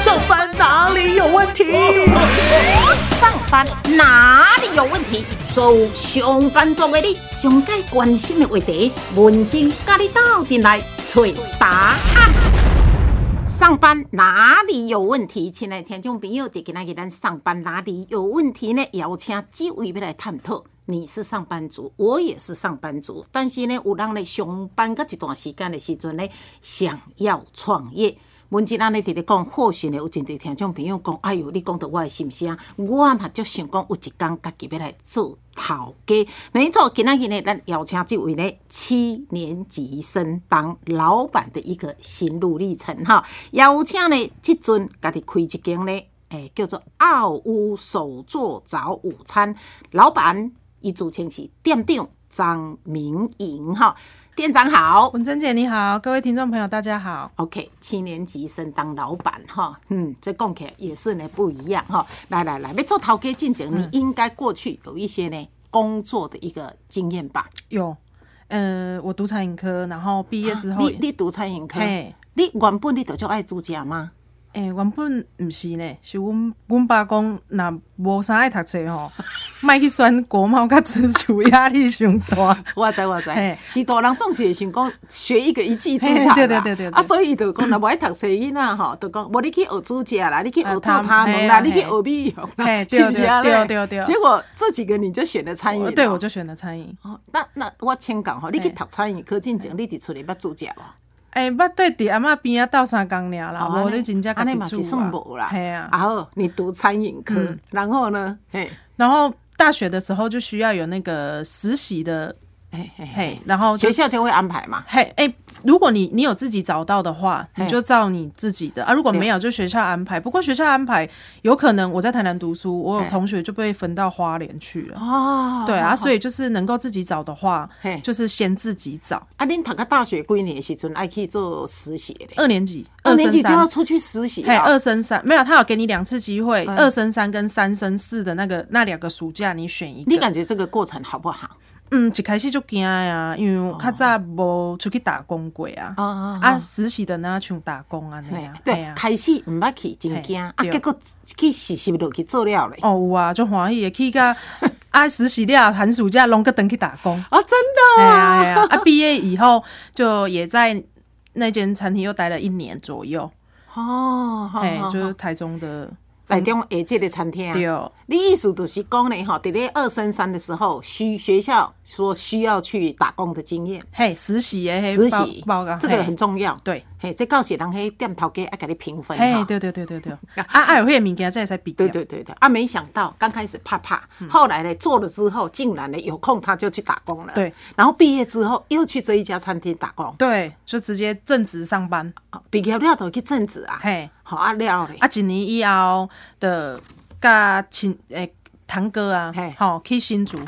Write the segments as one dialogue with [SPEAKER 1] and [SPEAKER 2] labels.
[SPEAKER 1] 上班哪里有问题？
[SPEAKER 2] 上班哪里有问题？所有上班族的你，上该关心的话题，文静甲你斗阵来找答案。上班哪里有问题？亲爱的听众朋友，伫今仔日咱上班哪里有问题呢？邀请几位要来探讨。你是上班族，我也是上班族，但是呢，有人咧上班到一段时间的时阵呢，想要创业。文静安尼伫咧讲，或许呢有真侪听众朋友讲，哎哟，你讲到我的心声，我嘛就想讲有一天家己要来做头家。没错，今仔日呢，咱邀请这位呢七年级生当老板的一个心路历程哈。邀请呢，即阵家己开一间呢，诶、叫做奥屋手作早午餐，老板伊自称是店长张明莹哈。店长好，
[SPEAKER 3] 文珍姐你好，各位听众朋友大家好。
[SPEAKER 2] OK，七年级生当老板哈，嗯，这讲起来也是呢不一样哈。来来来，要做头家进前，你应该过去有一些呢工作的一个经验吧？
[SPEAKER 3] 有，呃，我读餐饮科，然后毕业之后，
[SPEAKER 2] 啊你你读餐饮科，
[SPEAKER 3] 嘿
[SPEAKER 2] 你原本你就就爱煮食吗？
[SPEAKER 3] 诶、原本毋是呢，是阮阮爸讲，若无啥爱读册 吼，莫去选国贸甲职厨，压力 上大。
[SPEAKER 2] 我知我知
[SPEAKER 3] 嘿，
[SPEAKER 2] 是大人总是会想讲学一个一技之长啦，
[SPEAKER 3] 嘿对对对对对
[SPEAKER 2] 啊，所以就讲若无爱读册囡仔吼，就讲无你去学煮食啦，你去学
[SPEAKER 3] 呃
[SPEAKER 2] 做
[SPEAKER 3] 他
[SPEAKER 2] 他们
[SPEAKER 3] 嘿
[SPEAKER 2] 啦，
[SPEAKER 3] 啊
[SPEAKER 2] 你去
[SPEAKER 3] 嘿
[SPEAKER 2] 学美容啦，
[SPEAKER 3] 嘿对
[SPEAKER 2] 是不是啊？
[SPEAKER 3] 对
[SPEAKER 2] 嘞
[SPEAKER 3] 对对对
[SPEAKER 2] 结果这几个你就选了餐饮
[SPEAKER 3] 我
[SPEAKER 2] 了，
[SPEAKER 3] 对，我就选了餐饮。
[SPEAKER 2] 哦，那那我请讲吼，你去
[SPEAKER 3] 嘿
[SPEAKER 2] 读餐饮科进前，你伫厝里捌煮食无？
[SPEAKER 3] 诶、捌对伫阿嬷边仔斗相共尔啦，
[SPEAKER 2] 哦
[SPEAKER 3] 啊无、
[SPEAKER 2] 安尼
[SPEAKER 3] 你真正家
[SPEAKER 2] 安尼
[SPEAKER 3] 己
[SPEAKER 2] 嘛是
[SPEAKER 3] 煮
[SPEAKER 2] 算无啦。
[SPEAKER 3] 嘿啊，
[SPEAKER 2] 然
[SPEAKER 3] 嗯
[SPEAKER 2] 后你读餐饮科，然后呢？嘿，
[SPEAKER 3] 然后大学的时候就需要有那个实习的，
[SPEAKER 2] 嘿嘿嘿，
[SPEAKER 3] 嘿，然后就
[SPEAKER 2] 学校就会安排嘛。
[SPEAKER 3] 嘿，哎、如果你你有自己找到的话，
[SPEAKER 2] 嘿
[SPEAKER 3] 你就照你自己的啊。如果没有，就学校安排。不过学校安排有可能我在台南读书，我
[SPEAKER 2] 嘿
[SPEAKER 3] 有同学就被分到花莲去了。
[SPEAKER 2] 哦，
[SPEAKER 3] 对啊，所
[SPEAKER 2] 以
[SPEAKER 3] 以就是能够自己找的话
[SPEAKER 2] 嘿，
[SPEAKER 3] 就是先自己找。
[SPEAKER 2] 啊，恁读个大学几年的时阵爱去做实习咧？
[SPEAKER 3] 二年级，
[SPEAKER 2] 二年级
[SPEAKER 3] 升
[SPEAKER 2] 就要
[SPEAKER 3] 三。
[SPEAKER 2] 出去实习
[SPEAKER 3] 嘿，
[SPEAKER 2] 了。
[SPEAKER 3] 二升三没有，他有给你两次机会，
[SPEAKER 2] 嗯
[SPEAKER 3] 二升三跟三升四的那个那两个暑假，你选一
[SPEAKER 2] 你
[SPEAKER 3] 个。
[SPEAKER 2] 感觉这个过程好不好？
[SPEAKER 3] 嗯，一开始就惊呀，因为我较早无出去打工过啊，
[SPEAKER 2] 哦
[SPEAKER 3] 啊，实习的那像打工啊那样，嘿
[SPEAKER 2] 对
[SPEAKER 3] 啊，
[SPEAKER 2] 开始毋捌去，真惊啊！
[SPEAKER 3] 对
[SPEAKER 2] 结果去实习落去做了咧。
[SPEAKER 3] 哦，有啊，就欢喜的去 甲啊实习了，寒暑假拢个登去打工。
[SPEAKER 2] 哦，真的
[SPEAKER 3] 哎呀哎呀
[SPEAKER 2] 啊！，
[SPEAKER 3] 啊毕业以后就也在那间餐厅又待了一年左右，
[SPEAKER 2] 哦，好
[SPEAKER 3] 哎
[SPEAKER 2] 好，
[SPEAKER 3] 就是
[SPEAKER 2] 好
[SPEAKER 3] 台中的
[SPEAKER 2] 台中下这个餐厅。啊
[SPEAKER 3] 对，
[SPEAKER 2] 你意思就是讲呢，吼，伫咧二升三的时候，需学校说需要去打工的经验，
[SPEAKER 3] 嘿实习耶，嘿
[SPEAKER 2] 实习
[SPEAKER 3] 报报告，
[SPEAKER 2] 这个
[SPEAKER 3] 哎嘿
[SPEAKER 2] 很重要。
[SPEAKER 3] 对，
[SPEAKER 2] 嘿，这告诉人迄店头家爱给你评分
[SPEAKER 3] 嘿
[SPEAKER 2] 哈。
[SPEAKER 3] 对对对 对对，啊啊有迄个物件才会使比较
[SPEAKER 2] 对，对对对，啊，没想到刚开始怕怕，
[SPEAKER 3] 嗯
[SPEAKER 2] 后来呢做了之后，竟然呢有空他就去打工了。
[SPEAKER 3] 对，
[SPEAKER 2] 然后毕业之后又去这一家餐厅打工，
[SPEAKER 3] 对，就直接正职上班，
[SPEAKER 2] 啊毕业了就去正职啊，
[SPEAKER 3] 嘿
[SPEAKER 2] 好啊了嘞，
[SPEAKER 3] 啊一年以后的甲亲诶堂哥啊
[SPEAKER 2] 嘿，
[SPEAKER 3] 吼去新竹，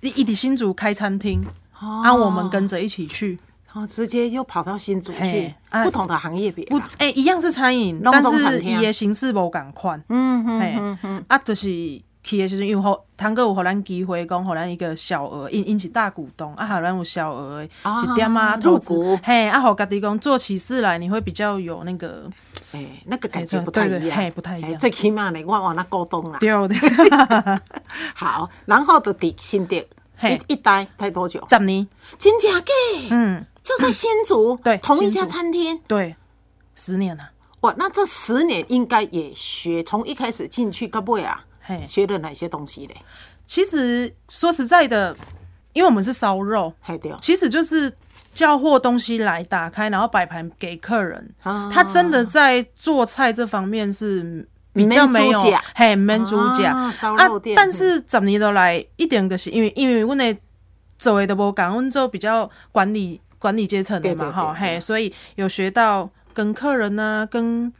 [SPEAKER 3] 你一直新竹开餐厅，啊我们跟着一起去。
[SPEAKER 2] 哦，直接又跑到新竹去
[SPEAKER 3] 嘿，啊
[SPEAKER 2] 不同的行业别
[SPEAKER 3] 不
[SPEAKER 2] 啦，，
[SPEAKER 3] 哎、一样是餐饮，
[SPEAKER 2] 拢
[SPEAKER 3] 但
[SPEAKER 2] 总餐
[SPEAKER 3] 是
[SPEAKER 2] 厅
[SPEAKER 3] 伊的形式无共款。嗯嗯嗯，啊，就是去的时阵，因为互堂哥有互咱机会，讲互咱一个小额，因因是大股东，啊，互咱有小额的
[SPEAKER 2] 啊
[SPEAKER 3] 一点啊
[SPEAKER 2] 入
[SPEAKER 3] 投资
[SPEAKER 2] 股
[SPEAKER 3] 嘿，啊，互家己讲做起事来，你会比较有那个
[SPEAKER 2] 哎，那个感觉
[SPEAKER 3] 对对
[SPEAKER 2] 不太
[SPEAKER 3] 对
[SPEAKER 2] 一样，
[SPEAKER 3] 嘿不太一样
[SPEAKER 2] 哎最起码呢，我往那沟通啦。
[SPEAKER 3] 对的。
[SPEAKER 2] 好，然后就伫新竹
[SPEAKER 3] 嘿
[SPEAKER 2] 一一待待多久？
[SPEAKER 3] 十年，
[SPEAKER 2] 真假的？
[SPEAKER 3] 嗯，
[SPEAKER 2] 就在新竹，
[SPEAKER 3] 对
[SPEAKER 2] 同一家
[SPEAKER 3] 新竹
[SPEAKER 2] 餐厅。
[SPEAKER 3] 对，十年啊了，
[SPEAKER 2] 哇，那这十年应该也学，从一开始进去到尾啊，
[SPEAKER 3] 嘿，
[SPEAKER 2] 学了哪些东西嘞？
[SPEAKER 3] 其实说实在的，因为我们是烧肉，
[SPEAKER 2] 还对，
[SPEAKER 3] 其实就是叫货东西来打开，然后摆盘给客人。
[SPEAKER 2] 啊
[SPEAKER 3] 他真的在做菜这方面是比较没有
[SPEAKER 2] 免煮假，
[SPEAKER 3] 嘿，免主角
[SPEAKER 2] 啊烧肉店
[SPEAKER 3] 但是十年都来一点个是，因为因为阮的做的都无讲，阮做比较管理管理阶层的
[SPEAKER 2] 对对对
[SPEAKER 3] 嘛，哈，
[SPEAKER 2] 对
[SPEAKER 3] 嘿，所以有学到跟客人呢、跟。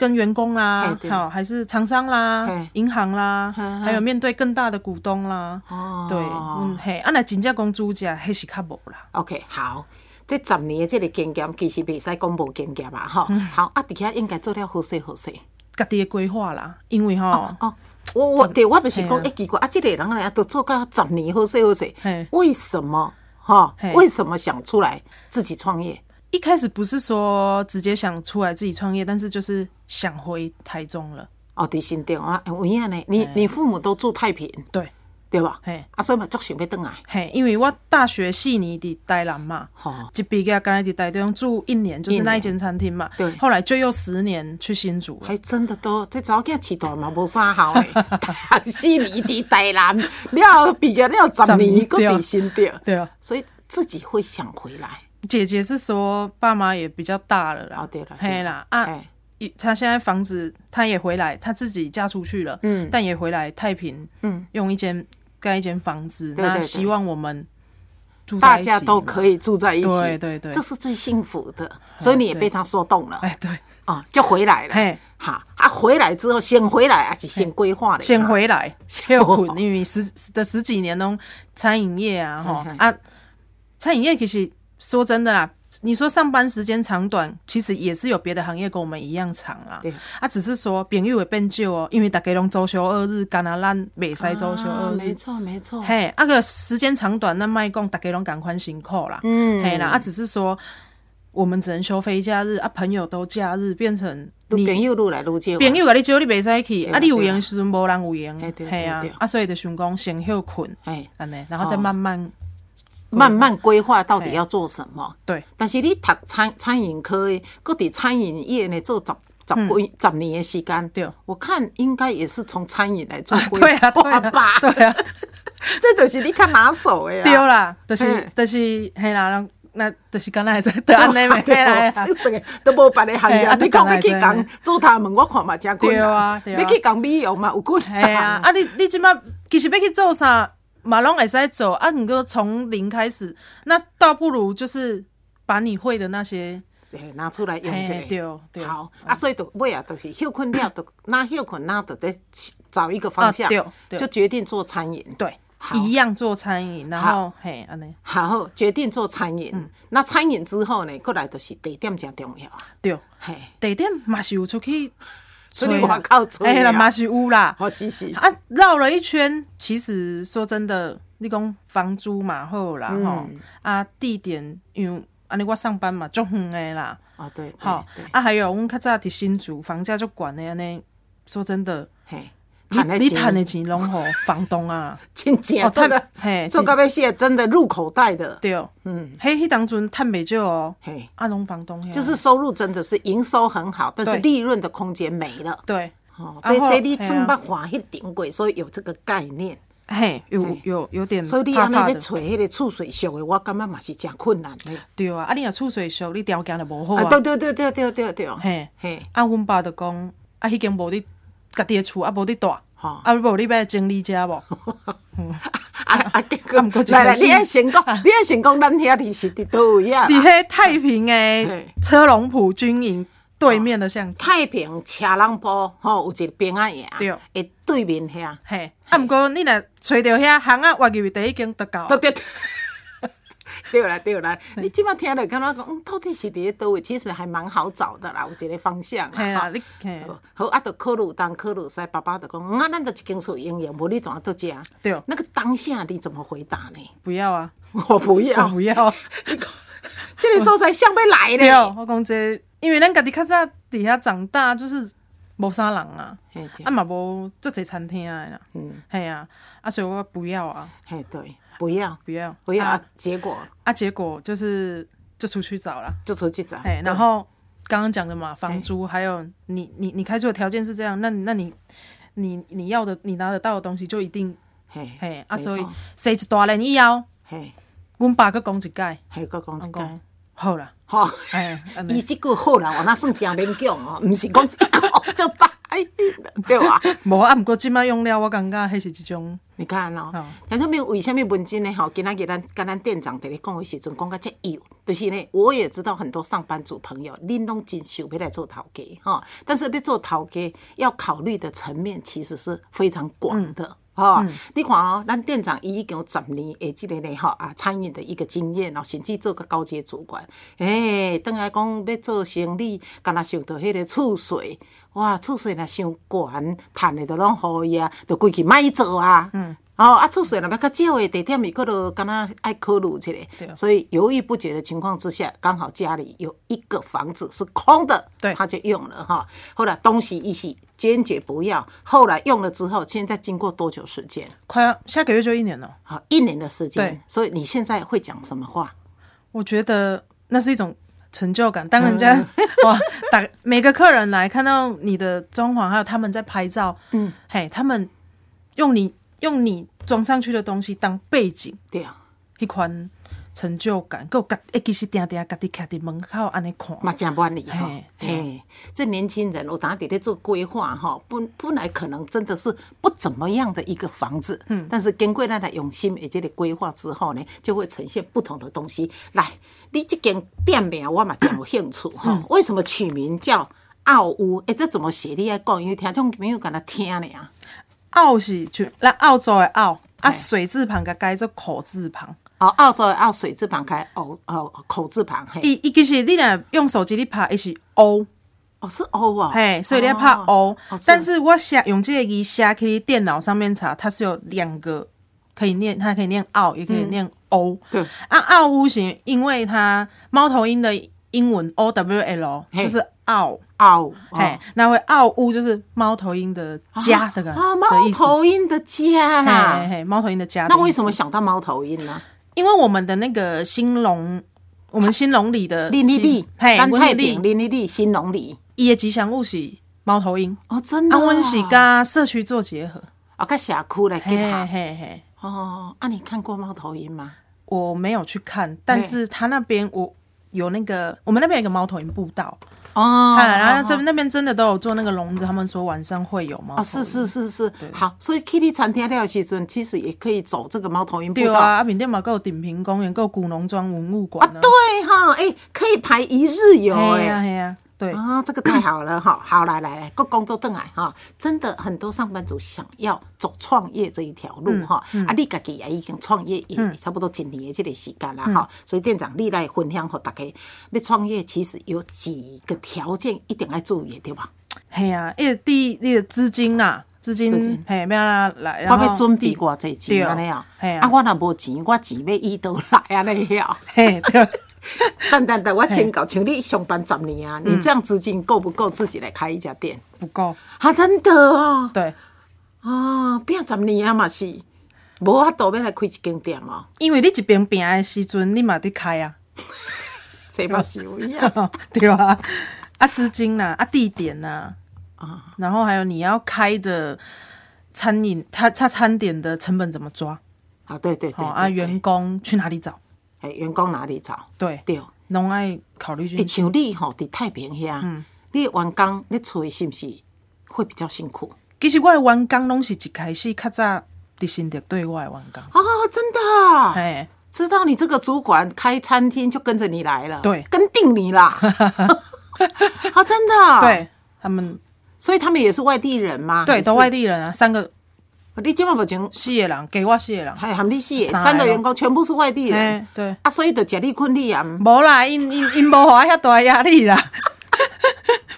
[SPEAKER 3] 跟员工啦
[SPEAKER 2] 嘿，对
[SPEAKER 3] 好还是厂商啦
[SPEAKER 2] 嘿、
[SPEAKER 3] 银行啦
[SPEAKER 2] 嘿嘿，
[SPEAKER 3] 还有面对更大的股东啦，
[SPEAKER 2] 哦
[SPEAKER 3] 对，嗯嘿，啊那真正讲主家迄是较无啦。
[SPEAKER 2] OK，好，这十年的这个经验其实袂使讲无经验啊，吼。
[SPEAKER 3] 嗯
[SPEAKER 2] 好，啊，伫遐应该做了好势好势。
[SPEAKER 3] 家己的规划啦，因为吼、
[SPEAKER 2] 哦，我我对我就是讲，
[SPEAKER 3] 嘿啊
[SPEAKER 2] 哎，奇怪啊，这个人啊，都做到十年好势好势
[SPEAKER 3] 嘿，
[SPEAKER 2] 为什么？哈
[SPEAKER 3] 嘿，
[SPEAKER 2] 为什么想出来自己创业？
[SPEAKER 3] 一开始不是说直接想出来自己创业，但是就是想回台中了。
[SPEAKER 2] 哦，伫新店啊，哎有影呢。你你父母都住太平，
[SPEAKER 3] 对，
[SPEAKER 2] 对吧？
[SPEAKER 3] 嘿
[SPEAKER 2] 啊，所以嘛，足想要倒来。
[SPEAKER 3] 嘿，因为我大学四年伫台南嘛，
[SPEAKER 2] 吼、
[SPEAKER 3] 一毕业刚才伫台中住一年，就是那一间餐厅嘛。
[SPEAKER 2] 一年对
[SPEAKER 3] 后来就又十年去新竹了。
[SPEAKER 2] 还真的都，这查某囝饲大嘛无啥效诶，大四年伫台南， 了毕业了十年，搁伫新店，
[SPEAKER 3] 对啊，
[SPEAKER 2] 所以自己会想回来。
[SPEAKER 3] 姐姐是说爸妈也比较大了啦，
[SPEAKER 2] 哦对了对
[SPEAKER 3] 嘿啦啊
[SPEAKER 2] 哎，
[SPEAKER 3] 一她现在房子她也回来，她自己嫁出去了，嗯，但也回来太平，嗯，用一间盖一间房子，
[SPEAKER 2] 对
[SPEAKER 3] 那
[SPEAKER 2] 对
[SPEAKER 3] 希望我们住在
[SPEAKER 2] 大
[SPEAKER 3] 一
[SPEAKER 2] 家
[SPEAKER 3] 起
[SPEAKER 2] 都
[SPEAKER 3] 嘛
[SPEAKER 2] 可以住在一起，
[SPEAKER 3] 对对对
[SPEAKER 2] 这是最幸福的，所以你也被他说动了
[SPEAKER 3] 哎对，
[SPEAKER 2] 啊，就回来了
[SPEAKER 3] 嘿。
[SPEAKER 2] 哈啊，回来之后先回来啊，是先规划了，
[SPEAKER 3] 先回来，
[SPEAKER 2] 先
[SPEAKER 3] 先
[SPEAKER 2] 回
[SPEAKER 3] 困，因为十的十几年拢餐饮业啊，吼
[SPEAKER 2] 嘿嘿
[SPEAKER 3] 啊，餐饮业其实说真的啦，你说上班时间长短，其实也是有别的行业跟我们一样长啦
[SPEAKER 2] 对，
[SPEAKER 3] 啊，只是说朋友会变少哦，因为大家拢周休二日，干啊咱袂使周休
[SPEAKER 2] 啊
[SPEAKER 3] 二
[SPEAKER 2] 没
[SPEAKER 3] 日。
[SPEAKER 2] 错没错，
[SPEAKER 3] 嘿，啊个时间长短，那卖讲大家拢赶快辛苦啦。嗯，嘿啦，啊只是说我们只能休非假日啊，朋友都假日变成
[SPEAKER 2] 你
[SPEAKER 3] 你
[SPEAKER 2] 朋友愈来愈少啊，
[SPEAKER 3] 朋友甲你招你袂使去，
[SPEAKER 2] 啦
[SPEAKER 3] 啊，你有闲的时阵无人有闲
[SPEAKER 2] 嘿对，
[SPEAKER 3] 嘿啊
[SPEAKER 2] 对对，
[SPEAKER 3] 啊，所以就想讲先休困，
[SPEAKER 2] 哎，
[SPEAKER 3] 安尼，然后再慢慢
[SPEAKER 2] 慢慢规划到底要做什么。
[SPEAKER 3] 对，
[SPEAKER 2] 但是你读餐餐饮科的，搁伫餐饮业呢做十十几、十年的时间，
[SPEAKER 3] 嗯对
[SPEAKER 2] 我看应该也是从餐饮来做规
[SPEAKER 3] 对啊，对
[SPEAKER 2] 划
[SPEAKER 3] 啊，
[SPEAKER 2] 吧。
[SPEAKER 3] 对啊，
[SPEAKER 2] 这都是你较拿手的
[SPEAKER 3] 对
[SPEAKER 2] 啊。
[SPEAKER 3] 啦，就是
[SPEAKER 2] 嘿
[SPEAKER 3] 就是嘿啦，那就是刚才在 在安尼咪
[SPEAKER 2] 对
[SPEAKER 3] 嘿啦
[SPEAKER 2] 啊，
[SPEAKER 3] 嘿啦
[SPEAKER 2] 这是个都无别的行
[SPEAKER 3] 嘿
[SPEAKER 2] 业
[SPEAKER 3] 啊。
[SPEAKER 2] 你讲要去
[SPEAKER 3] 就讲
[SPEAKER 2] 讲做他们，我看嘛真困
[SPEAKER 3] 对啊
[SPEAKER 2] 难。
[SPEAKER 3] 对啊
[SPEAKER 2] 你去讲美容嘛有困
[SPEAKER 3] 嘿啊
[SPEAKER 2] 难，。
[SPEAKER 3] 啊你你即马其实要去做啥，嘛拢会使做，啊，毋过从零开始，那倒不如就是把你会的那些，
[SPEAKER 2] 嘿拿出来用一下
[SPEAKER 3] 嘿，。对对，嗯
[SPEAKER 2] 好啊，所以就尾啊，就是休困了，就那休困那就得找一个方向
[SPEAKER 3] 啊对，对
[SPEAKER 2] 就决定做餐饮。
[SPEAKER 3] 对
[SPEAKER 2] 好，
[SPEAKER 3] 一样做餐饮，然后嘿安尼，
[SPEAKER 2] 好，决定做餐饮。
[SPEAKER 3] 嗯
[SPEAKER 2] 那餐饮之后呢，过来就是地点真重要啊。
[SPEAKER 3] 对。
[SPEAKER 2] 嘿，
[SPEAKER 3] 地点嘛是有出去
[SPEAKER 2] 出
[SPEAKER 3] 找
[SPEAKER 2] 去
[SPEAKER 3] 啦，
[SPEAKER 2] 外口啊哦找
[SPEAKER 3] 哎
[SPEAKER 2] 啦
[SPEAKER 3] 啦嘛是有啦。
[SPEAKER 2] 好，是是，
[SPEAKER 3] 啊，绕了一圈，其实说真的，你讲房租嘛好啦
[SPEAKER 2] 嗯
[SPEAKER 3] 吼，啊地点因为安尼我上班嘛足远的啦，
[SPEAKER 2] 哦对，
[SPEAKER 3] 吼
[SPEAKER 2] 好，对，
[SPEAKER 3] 啊还有阮较早伫新竹房价足悬的安尼，说真的，
[SPEAKER 2] 嘿，
[SPEAKER 3] 你你
[SPEAKER 2] 谈
[SPEAKER 3] 赚的钱拢互房东啊，
[SPEAKER 2] 真正
[SPEAKER 3] 哦
[SPEAKER 2] 做
[SPEAKER 3] 赚
[SPEAKER 2] 个
[SPEAKER 3] 嘿
[SPEAKER 2] 做
[SPEAKER 3] 真
[SPEAKER 2] 个要写真的入口袋的，
[SPEAKER 3] 对，嗯，嘿，迄当阵趁袂少哦
[SPEAKER 2] 嘿，
[SPEAKER 3] 啊拢房东遐，
[SPEAKER 2] 就是收入真的是营收很好，但是
[SPEAKER 3] 对
[SPEAKER 2] 利润的空间没了。
[SPEAKER 3] 对，
[SPEAKER 2] 哦，
[SPEAKER 3] 啊
[SPEAKER 2] 这
[SPEAKER 3] 后
[SPEAKER 2] 这你
[SPEAKER 3] 嘿啊
[SPEAKER 2] 正捌看迄顶过，所以有这个概念。
[SPEAKER 3] 嘿，有有有点
[SPEAKER 2] 所以你
[SPEAKER 3] 嗯怕
[SPEAKER 2] 安尼
[SPEAKER 3] 怕
[SPEAKER 2] 要
[SPEAKER 3] 的，
[SPEAKER 2] 找迄个厝水俗的，我感觉嘛是真困难 的。
[SPEAKER 3] 对啊，啊你若厝水俗，你条件就无好
[SPEAKER 2] 啊，
[SPEAKER 3] 啊
[SPEAKER 2] 对。对对对对对对，
[SPEAKER 3] 嘿，
[SPEAKER 2] 嘿，
[SPEAKER 3] 啊，阮爸就讲，啊，迄间无你家己的厝，啊，无你住，
[SPEAKER 2] 吼
[SPEAKER 3] 啊，无你要整理 遮无？
[SPEAKER 2] 啊 啊，结果
[SPEAKER 3] 嗯啊不过这
[SPEAKER 2] 来来，
[SPEAKER 3] 个是
[SPEAKER 2] 你爱先 讲，你爱先讲，咱遐伫是伫倒位啊啦？
[SPEAKER 3] 伫迄太平
[SPEAKER 2] 嘿哦
[SPEAKER 3] 的车龙埔军营对面的巷子，
[SPEAKER 2] 太平车浪坡吼，有一个平安夜，
[SPEAKER 3] 对
[SPEAKER 2] 诶，对面遐，
[SPEAKER 3] 嘿，啊，毋过你若揣着遐巷仔，我入去第一间就到
[SPEAKER 2] 特。别。对啦，对啦，你即摆听了，敢若讲，嗯，到底是伫咧倒位？其实还蛮好找的啦，有一个方向
[SPEAKER 3] 嘿
[SPEAKER 2] 啦。
[SPEAKER 3] 啦，
[SPEAKER 2] 吼
[SPEAKER 3] 你嘿，
[SPEAKER 2] 好啊，就考虑当考虑西，爸爸就讲，嗯啊，咱就一间厝营业，无你怎啊到遮？
[SPEAKER 3] 对哦
[SPEAKER 2] 那个当下你怎么回答呢？
[SPEAKER 3] 不要啊，
[SPEAKER 2] 我不要，
[SPEAKER 3] 我不要。
[SPEAKER 2] 你讲，这个所在想要来
[SPEAKER 3] 对，哦
[SPEAKER 2] 呢？
[SPEAKER 3] 我讲这，因为咱家己较早伫遐长大，就是无啥人啊
[SPEAKER 2] 嘿，对
[SPEAKER 3] 啊嘛无足侪餐厅的啦，嗯，嘿啊，啊所以我不要啊，
[SPEAKER 2] 嘿，对，不要，
[SPEAKER 3] 不要，
[SPEAKER 2] 不要，
[SPEAKER 3] 啊
[SPEAKER 2] 啊、结果
[SPEAKER 3] 啊，结果就是就出去找了，
[SPEAKER 2] 就出去找。
[SPEAKER 3] 哎，然后刚刚讲的嘛，房租还有你你你开出的条件是这样，那你那你你你要的你拿得到的东西就一定
[SPEAKER 2] 嘿，
[SPEAKER 3] 嘿啊，
[SPEAKER 2] 没错
[SPEAKER 3] 所以谁一大人以后，
[SPEAKER 2] 嘿，
[SPEAKER 3] 阮爸佫讲一届，
[SPEAKER 2] 还搁讲一讲
[SPEAKER 3] 阮讲，好啦，
[SPEAKER 2] 吼，
[SPEAKER 3] 哎，安
[SPEAKER 2] 伊
[SPEAKER 3] 尼
[SPEAKER 2] 即句好啦，我那算真勉强哦，毋是讲一个 就大，哎，对吧？
[SPEAKER 3] 无啊，毋过即摆用了，我感觉迄是一种
[SPEAKER 2] 你看咯、
[SPEAKER 3] 好
[SPEAKER 2] 但是没有为什么文真呢？吼，今仔日咱跟咱店长在咧讲的时阵，讲到这有，就是呢，我也知道很多上班族朋友，恁拢真想要来做头家吼，但是要做头家要考虑的层面其实是非常广的。吼，你看哦，咱店长伊已经有十年诶，即个呢吼啊，餐饮的一个经验哦，甚至做个高阶主管，诶、等来讲要做生意，干若想到迄个厝税，哇，厝税若伤悬，趁的都拢互伊啊，就规去莫做啊。嗯，哦，啊，出水若要较少的地点，伊可能敢若爱考虑一
[SPEAKER 3] 对
[SPEAKER 2] 下。所以犹豫不决的情况之下，刚好家里有一个房子是空的，
[SPEAKER 3] 对
[SPEAKER 2] 他就用了哈。后来东西一洗，坚决不要。后来用了之后，现在经过多久时间？
[SPEAKER 3] 快要下个月就一年了。
[SPEAKER 2] 好，一年的时
[SPEAKER 3] 对
[SPEAKER 2] 间。所以你现在会讲什么话？
[SPEAKER 3] 我觉得那是一种成就感。当人家、 哇，打每个客人来看到你的装潢，还有他们在拍照，嗯，嘿，他们用你用你装上去的东西当背景，
[SPEAKER 2] 对啊，
[SPEAKER 3] 迄款成就感，还有家诶，哎其实定定家己徛伫门口安尼看，
[SPEAKER 2] 嘛真满意吼
[SPEAKER 3] 嘿，啊
[SPEAKER 2] 嘿，这年轻人有打底在做规划吼，本本来可能真的是不怎么样的一个房子，嗯，但是经过咱的用心以及的规划之后呢，就会呈现不同的东西。来，你这间店名我嘛真有兴趣吼、
[SPEAKER 3] 嗯
[SPEAKER 2] 为什么取名叫奥屋？诶，这怎么写？你爱讲，因为听众朋友敢若听呢啊，
[SPEAKER 3] 澳是就咱澳洲的澳，啊水字旁甲改做口字旁。
[SPEAKER 2] 哦，澳洲的澳水字旁开，哦哦口字旁，嘿，
[SPEAKER 3] 伊伊其实你若用手机你拍，伊是 O，
[SPEAKER 2] 哦是欧啊，
[SPEAKER 3] 嘿，所以你要拍 O、但是我写用这个字写去电脑上面查，它是有两个可以念，它可以念澳，也可以念 O、
[SPEAKER 2] 嗯对，
[SPEAKER 3] 啊，澳屋型，因为它猫头鹰的英文 O W L
[SPEAKER 2] 嘿
[SPEAKER 3] 就是澳。
[SPEAKER 2] 澳，哦
[SPEAKER 3] 哎，那会奥乌就是猫头鹰的家的感
[SPEAKER 2] 啊，猫
[SPEAKER 3] 的意思。
[SPEAKER 2] 头鹰的家
[SPEAKER 3] 嘿嘿
[SPEAKER 2] 啦。
[SPEAKER 3] 嘿，猫头鹰的家的意
[SPEAKER 2] 那
[SPEAKER 3] 思。
[SPEAKER 2] 为什么想到猫头鹰呢？
[SPEAKER 3] 因为我们的那个兴隆，我们兴隆里的
[SPEAKER 2] 林丽丽，
[SPEAKER 3] 嗯嘿，
[SPEAKER 2] 咱
[SPEAKER 3] 温
[SPEAKER 2] 太
[SPEAKER 3] 丽
[SPEAKER 2] 平
[SPEAKER 3] 丽，
[SPEAKER 2] 林丽丽新农里
[SPEAKER 3] 伊的吉祥物是猫头鹰，
[SPEAKER 2] 哦，真的
[SPEAKER 3] 啊，
[SPEAKER 2] 哦。
[SPEAKER 3] 温是跟社区做结合。
[SPEAKER 2] 啊，跟社区来
[SPEAKER 3] 嘿
[SPEAKER 2] 给
[SPEAKER 3] 嘿
[SPEAKER 2] 他
[SPEAKER 3] 嘿，
[SPEAKER 2] 哦。啊，你看过猫头鹰吗？
[SPEAKER 3] 我没有去看，
[SPEAKER 2] 嗯
[SPEAKER 3] 但是他那边我有那个，我们那边有一个猫头鹰步道，
[SPEAKER 2] 哦，
[SPEAKER 3] 啊，然后这那边真的都有做那个笼子，他们说晚上会有猫
[SPEAKER 2] 哦，
[SPEAKER 3] 头鹰。
[SPEAKER 2] 是是是是，好，所以 Kitty 餐厅料时阵，其实也可以走这个猫头鹰步
[SPEAKER 3] 对
[SPEAKER 2] 道。
[SPEAKER 3] 啊，啊，缅甸嘛，够顶平公园，够古农庄文物馆
[SPEAKER 2] 啊，对哈，哎，可以排一日游
[SPEAKER 3] 嘿呀
[SPEAKER 2] 哎。
[SPEAKER 3] 嘿呀，对，
[SPEAKER 2] 啊，这个太好了 哈！好，来来来，各工作邓来哈，真的很多上班族想要走创业这一条路哈、
[SPEAKER 3] 嗯
[SPEAKER 2] 啊，你家己也已经创业也差不多一年的这个时间啦
[SPEAKER 3] 嗯
[SPEAKER 2] 哈、所以店长你来分享给大家，要创业其实有几个条件一定要注意的，对吧？
[SPEAKER 3] 嘿呀，一第一你的资金啦，资
[SPEAKER 2] 资
[SPEAKER 3] 金
[SPEAKER 2] 金
[SPEAKER 3] 嘿，不要啦来，
[SPEAKER 2] 我
[SPEAKER 3] 然
[SPEAKER 2] 要
[SPEAKER 3] 后
[SPEAKER 2] 准备
[SPEAKER 3] 第
[SPEAKER 2] 偌济钱安尼啊
[SPEAKER 3] 对啊，
[SPEAKER 2] 啊，我若无钱，我钱要移倒来安尼 啊。
[SPEAKER 3] 嘿，对，
[SPEAKER 2] 等等等，我请教，像你上班十年啊，你
[SPEAKER 3] 嗯
[SPEAKER 2] 这样资金够不够自己来开一家店？
[SPEAKER 3] 不够，
[SPEAKER 2] 啊，真的哦。
[SPEAKER 3] 对，
[SPEAKER 2] 啊，拼十年啊嘛是，无法度要来开一间店哦，
[SPEAKER 3] 因为你一边拼的时阵，你嘛得开啊，
[SPEAKER 2] 这嘛是有 影。啊，
[SPEAKER 3] 对啊，啊，资金啦，啊，地点啦，啊，然后还有你要开的餐饮，它它餐点的成本怎么抓？
[SPEAKER 2] 对对对
[SPEAKER 3] 好啊，
[SPEAKER 2] 对对
[SPEAKER 3] 员工去哪里找？
[SPEAKER 2] 哎员工哪里找？
[SPEAKER 3] 对，
[SPEAKER 2] 对，
[SPEAKER 3] 拢爱考虑进
[SPEAKER 2] 哎，
[SPEAKER 3] 去。
[SPEAKER 2] 像你吼伫太平
[SPEAKER 3] 嗯
[SPEAKER 2] 遐，你的员工你找是毋是会比较辛苦？
[SPEAKER 3] 其实我的员工拢是一开始较早伫新的对我的员工，
[SPEAKER 2] 哦，真的啊，
[SPEAKER 3] 哎、
[SPEAKER 2] 知道你这个主管开餐厅就跟着你来了，
[SPEAKER 3] 对
[SPEAKER 2] 跟定你 啦。啊，真的啊，
[SPEAKER 3] 对他们，
[SPEAKER 2] 所以他们也是外地人嘛，
[SPEAKER 3] 对都外
[SPEAKER 2] 地。
[SPEAKER 3] 地人啊，三个
[SPEAKER 2] 你今晚无前，
[SPEAKER 3] 四个人，给我四个人，
[SPEAKER 2] 还含你四个
[SPEAKER 3] 三个
[SPEAKER 2] 三个员工全部是外地
[SPEAKER 3] 哎
[SPEAKER 2] 啊人，
[SPEAKER 3] 对
[SPEAKER 2] 啊，所以就食力困力啊。
[SPEAKER 3] 无啦，因因因无我遐大压力啦，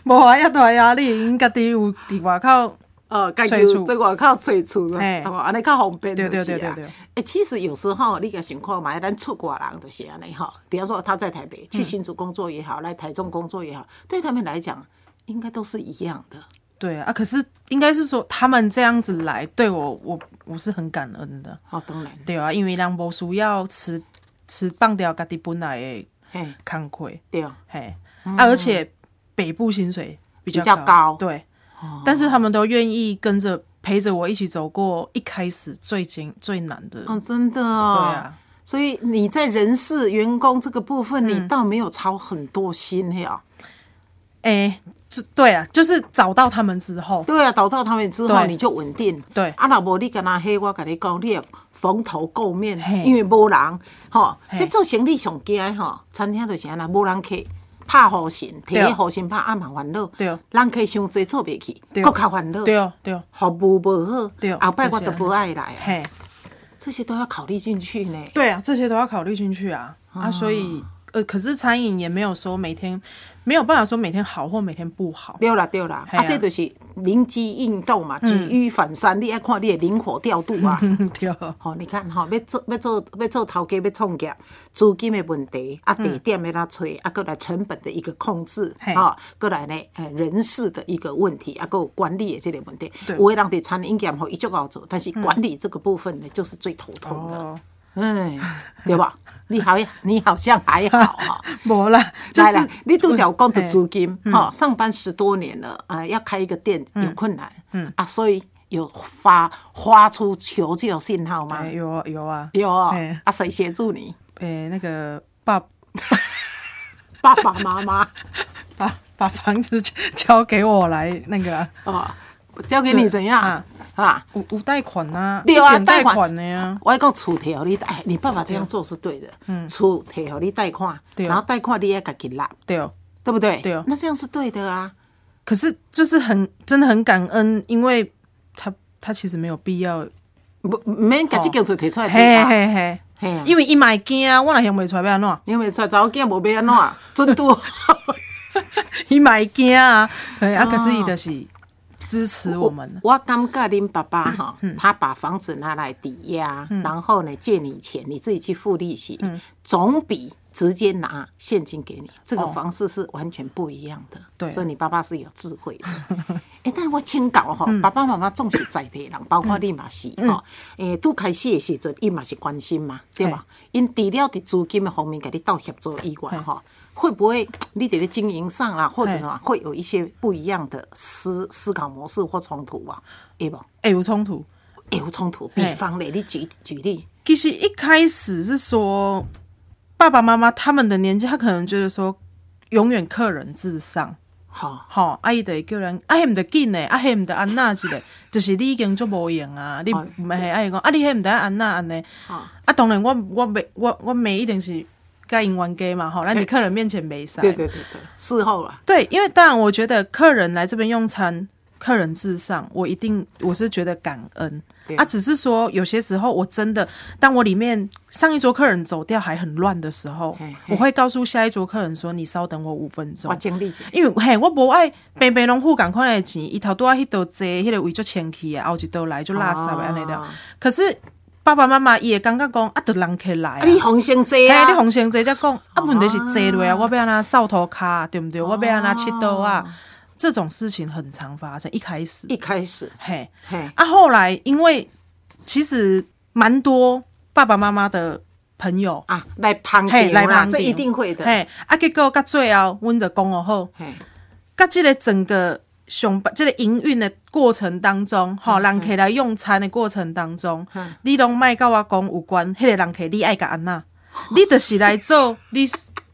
[SPEAKER 3] 无我遐大压力，因家己有伫外口，
[SPEAKER 2] 呃，家己
[SPEAKER 3] 找
[SPEAKER 2] 有
[SPEAKER 3] 厝
[SPEAKER 2] 在外口找厝啦
[SPEAKER 3] 嘿，
[SPEAKER 2] 哦，安尼较方便就
[SPEAKER 3] 对
[SPEAKER 2] 是
[SPEAKER 3] 对
[SPEAKER 2] 啊。
[SPEAKER 3] 对对对
[SPEAKER 2] 欸其实有时候你个情况嘛，咱出国人就是安尼哈。比方说他在台北去新竹工作也好，来台中工作也好，对他们来讲应该都是一样的。
[SPEAKER 3] 对啊，可是应该是说他们这样子来，对我我我是很感恩的，
[SPEAKER 2] 哦，当然，
[SPEAKER 3] 对啊，因为人无需要吃吃放掉家己本来的
[SPEAKER 2] 嘿，
[SPEAKER 3] 工课，
[SPEAKER 2] 对哦，
[SPEAKER 3] 嘿，啊，而且北部薪水比较
[SPEAKER 2] 比较高哦
[SPEAKER 3] 对，但是他们都愿意跟着陪着我一起走过一开始最艰最难的，
[SPEAKER 2] 哦，真的
[SPEAKER 3] 对
[SPEAKER 2] 哦。
[SPEAKER 3] 啊，
[SPEAKER 2] 所以你在人事员工这个部分，你倒没有操很多心嘿啊。
[SPEAKER 3] 哎、就对啊，就是找到他们之后，
[SPEAKER 2] 对啊，找到他们之后
[SPEAKER 3] 对
[SPEAKER 2] 你就稳定。
[SPEAKER 3] 对
[SPEAKER 2] 啊，若无你敢若迄，我甲你讲，你会蓬头垢面
[SPEAKER 3] 嘿，
[SPEAKER 2] 因为无人，吼，
[SPEAKER 3] 嘿
[SPEAKER 2] 这做生意上惊的吼，餐厅就是安那无人客，拍好心，提
[SPEAKER 3] 对
[SPEAKER 2] 起好心拍啊嘛烦恼，
[SPEAKER 3] 对
[SPEAKER 2] 人客伤济做袂起，
[SPEAKER 3] 对
[SPEAKER 2] 更较烦恼，
[SPEAKER 3] 对哦，对哦，
[SPEAKER 2] 服务无好
[SPEAKER 3] 对，
[SPEAKER 2] 后摆我
[SPEAKER 3] 就是
[SPEAKER 2] 都
[SPEAKER 3] 安尼
[SPEAKER 2] 无爱来啊，
[SPEAKER 3] 嘿，
[SPEAKER 2] 这些都要考虑进去呢。
[SPEAKER 3] 啊对啊，这些都要考虑进去啊啊，所以呃，可是餐饮也没有说每天没有办法说每天好或每天不好。
[SPEAKER 2] 对啦对啦，
[SPEAKER 3] 嘿
[SPEAKER 2] 啊，
[SPEAKER 3] 啊嗯
[SPEAKER 2] 这就是灵机应动嘛，举一反三，你爱看你的灵活调度啊。
[SPEAKER 3] 对，
[SPEAKER 2] 吼、你看吼、要做要做要做头家，要创业，资金的问题，啊，地点要哪找，啊，搁来成本的一个控制，
[SPEAKER 3] 嗯嘿
[SPEAKER 2] 吼，搁、来呢，呃，人事的一个问题，啊，搁有管理的这个问题。
[SPEAKER 3] 对嗯
[SPEAKER 2] 有的人伫餐饮业吼，伊足好做，但是管理这个部分呢，就是最头痛的，
[SPEAKER 3] 哦，
[SPEAKER 2] 哎，对吧？你好，你好像还好哈、
[SPEAKER 3] 没啦， 就
[SPEAKER 2] 来
[SPEAKER 3] 是嗯
[SPEAKER 2] 啦，你拄则有讲到租
[SPEAKER 3] 嘿
[SPEAKER 2] 金，哈、上班十多年了，啊、要开一个店有困难，嗯啊，所以有发发出求救信号吗？
[SPEAKER 3] 哎有啊有啊
[SPEAKER 2] 有哦
[SPEAKER 3] 哎
[SPEAKER 2] 啊，谁协助你？
[SPEAKER 3] 哎，那个爸
[SPEAKER 2] 爸爸妈妈
[SPEAKER 3] 把把房子 交交给我来那个啊
[SPEAKER 2] 哦，交给你怎样
[SPEAKER 3] 啊
[SPEAKER 2] 啊？
[SPEAKER 3] 无无贷款呐，
[SPEAKER 2] 对啊，
[SPEAKER 3] 一点贷
[SPEAKER 2] 款
[SPEAKER 3] 的呀，
[SPEAKER 2] 我讲厝提互你，哎，你爸爸这样做是对的，嗯，厝提互你贷款，
[SPEAKER 3] 对
[SPEAKER 2] 然后贷款你也自己拿，
[SPEAKER 3] 对哦。
[SPEAKER 2] 对不对？
[SPEAKER 3] 对哦
[SPEAKER 2] 那这样是对的啊。
[SPEAKER 3] 可是就是很真的很感恩，因为他他其实没有必要，
[SPEAKER 2] 不，不免家己叫厝提出来贷
[SPEAKER 3] 嘿
[SPEAKER 2] 啊，
[SPEAKER 3] 嘿嘿，
[SPEAKER 2] 嘿啊，
[SPEAKER 3] 因为伊买惊啊，我若想袂出来要安怎？
[SPEAKER 2] 因为出查某囝无要安怎，准拄。
[SPEAKER 3] 伊买惊啊，哎啊，可是伊就是支持我们，嗯
[SPEAKER 2] 我感觉恁爸爸哈，他把房子拿来抵押，然后呢借你钱，你自己去付利息，
[SPEAKER 3] 嗯
[SPEAKER 2] 总比直接拿现金给你这个方式是完全不一样的。
[SPEAKER 3] 哦对
[SPEAKER 2] 所以你爸爸是有智慧的。 哎，但是我请教吼，
[SPEAKER 3] 嗯
[SPEAKER 2] 爸爸妈妈总是在地人，包括你嘛是吼。
[SPEAKER 3] 嗯
[SPEAKER 2] 诶，拄开始的时阵，伊嘛是关心嘛，对吧？因除了伫资金的方面给你斗协助以外，
[SPEAKER 3] 嘿
[SPEAKER 2] 吼。会不会你在咧经营上啦，或者什么，会有一些不一样的思思考模式或冲突啊？会不？
[SPEAKER 3] 哎，有冲突。
[SPEAKER 2] 会有冲突。比
[SPEAKER 3] 嘿
[SPEAKER 2] 方咧，你举举例，
[SPEAKER 3] 其实一开始是说爸爸妈妈他们的年纪，他可能觉得说永远客人至上，
[SPEAKER 2] 吼，
[SPEAKER 3] 吼、啊伊就会叫人啊，迄毋得紧诶，啊迄毋得安那一个，就是你已经足无用啊，你
[SPEAKER 2] 哦
[SPEAKER 3] 毋系啊伊讲啊，你迄毋得安那安尼，
[SPEAKER 2] 哦
[SPEAKER 3] 啊当然我我袂我我袂一定是甲因冤家嘛，吼，咱伫客人面前袂使。
[SPEAKER 2] 对对对对，事后啊啦，
[SPEAKER 3] 对，因为当然我觉得客人来这边用餐，客人至上，我一定我是觉得感恩
[SPEAKER 2] 对
[SPEAKER 3] 啊。只是说有些时候我真的，当我里面上一桌客人走掉还很乱的时候
[SPEAKER 2] 嘿嘿，
[SPEAKER 3] 我会告诉下一桌客人说：“你稍等我五分钟
[SPEAKER 2] 我。经历者，”
[SPEAKER 3] 因为嘿，我无爱平平拢付共款的钱，伊头拄啊迄道坐，迄、个位足清气的，后一道来就垃圾的安尼了
[SPEAKER 2] 啊。
[SPEAKER 3] 可是爸爸妈妈伊会感觉讲啊，得人客来啊
[SPEAKER 2] 啊，你红星这
[SPEAKER 3] 哎、
[SPEAKER 2] 啊，
[SPEAKER 3] 你红先坐才讲，
[SPEAKER 2] 哦
[SPEAKER 3] 啊，问题是坐落啊，我要安那扫涂骹，对不对？我要安那切刀啊，这种事情很常发生。一开始，
[SPEAKER 2] 一开始，
[SPEAKER 3] 嘿，
[SPEAKER 2] 嘿，
[SPEAKER 3] 啊，后来因为其实蛮多爸爸妈妈的朋友，
[SPEAKER 2] 啊，来旁
[SPEAKER 3] 嘿，
[SPEAKER 2] 边
[SPEAKER 3] 来
[SPEAKER 2] 啦，
[SPEAKER 3] 帮
[SPEAKER 2] 这一定会的，
[SPEAKER 3] 嘿，啊，结果到最后，阮就讲哦好，
[SPEAKER 2] 嘿，
[SPEAKER 3] 甲即个整个上班，即、个营运的过程当中，吼、人客来用餐的过程当中，
[SPEAKER 2] 嗯
[SPEAKER 3] 你拢莫甲我讲有关，迄、个人客你爱甲安那，你就是来做你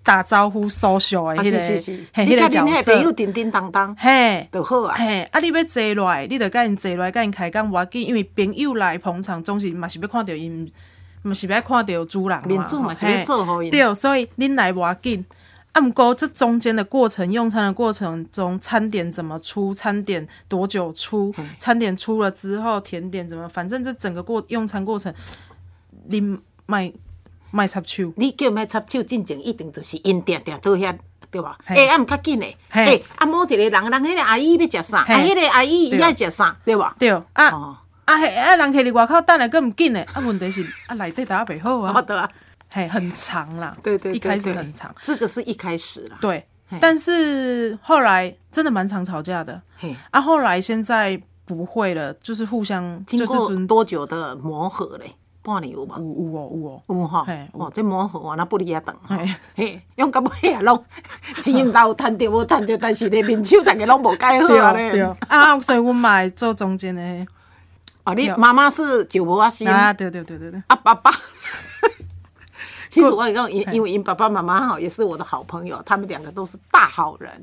[SPEAKER 3] 打招呼 social
[SPEAKER 2] 啊
[SPEAKER 3] 的迄、
[SPEAKER 2] 是
[SPEAKER 3] 个，
[SPEAKER 2] 是是，
[SPEAKER 3] 嘿，
[SPEAKER 2] 你
[SPEAKER 3] 迄、
[SPEAKER 2] 甲恁
[SPEAKER 3] 个角
[SPEAKER 2] 迄朋友
[SPEAKER 3] 色，
[SPEAKER 2] 叮叮当当
[SPEAKER 3] 嘿。
[SPEAKER 2] 就好啊，
[SPEAKER 3] 嘿，啊！你要坐落来，你就甲因坐落来，甲因开讲无要紧，因为朋友来捧场，总是嘛是要看到因，嘛是要看到主人嘛
[SPEAKER 2] 面子嘛是要做好因
[SPEAKER 3] 对，所以恁来无要紧。啊，毋过这中间的过程，用餐的过程中，餐点怎么出，餐点多久出，餐点出了之后，甜点怎么，反正这整个过用餐过程，恁卖卖插手，
[SPEAKER 2] 你叫卖插手进前，一定就是因定定倒遐，对吧？
[SPEAKER 3] 嘿
[SPEAKER 2] 哎，啊，毋较紧诶，
[SPEAKER 3] 嘿
[SPEAKER 2] 哎，啊，某一个人，人迄个阿姨要食啥，啊，
[SPEAKER 3] 嘿
[SPEAKER 2] 迄个阿姨伊
[SPEAKER 3] 对
[SPEAKER 2] 爱食啥，对吧？
[SPEAKER 3] 对啊啊
[SPEAKER 2] 哦，
[SPEAKER 3] 嘿啊，人客伫外口等来，更毋紧诶。啊，问题是啊，内底打袂好啊。
[SPEAKER 2] 好的啊，
[SPEAKER 3] 嘿，很长啦，
[SPEAKER 2] 对对，对
[SPEAKER 3] 一开始
[SPEAKER 2] 对
[SPEAKER 3] 很长，
[SPEAKER 2] 这个是一开始啦，
[SPEAKER 3] 对，但是后来真的蛮常吵架的，
[SPEAKER 2] 嘿。
[SPEAKER 3] 啊，后来现在不会了，就是互相就
[SPEAKER 2] 经
[SPEAKER 3] 是
[SPEAKER 2] 过
[SPEAKER 3] 尊
[SPEAKER 2] 多久的磨合嘞？半年有吧
[SPEAKER 3] 有？有哦有哦，
[SPEAKER 2] 有吼
[SPEAKER 3] 嘿，有
[SPEAKER 2] 哦，这磨合啊，那不离啊长吼
[SPEAKER 3] 嘿，
[SPEAKER 2] 嘿，用到尾啊，拢 钱老趁着无趁着，但是咧面手，逐个拢无改好
[SPEAKER 3] 对
[SPEAKER 2] 啊
[SPEAKER 3] 哦
[SPEAKER 2] 咧
[SPEAKER 3] 对。哦啊，所以我买做中间的那
[SPEAKER 2] 哦，你
[SPEAKER 3] 对
[SPEAKER 2] 妈妈是酒无啊心
[SPEAKER 3] 个，，啊，对对对对对，
[SPEAKER 2] 啊爸爸。 其实我跟你讲，
[SPEAKER 3] 哎
[SPEAKER 2] 因因为因爸爸妈妈哈也是我的好朋友，他们两个都是大好 人，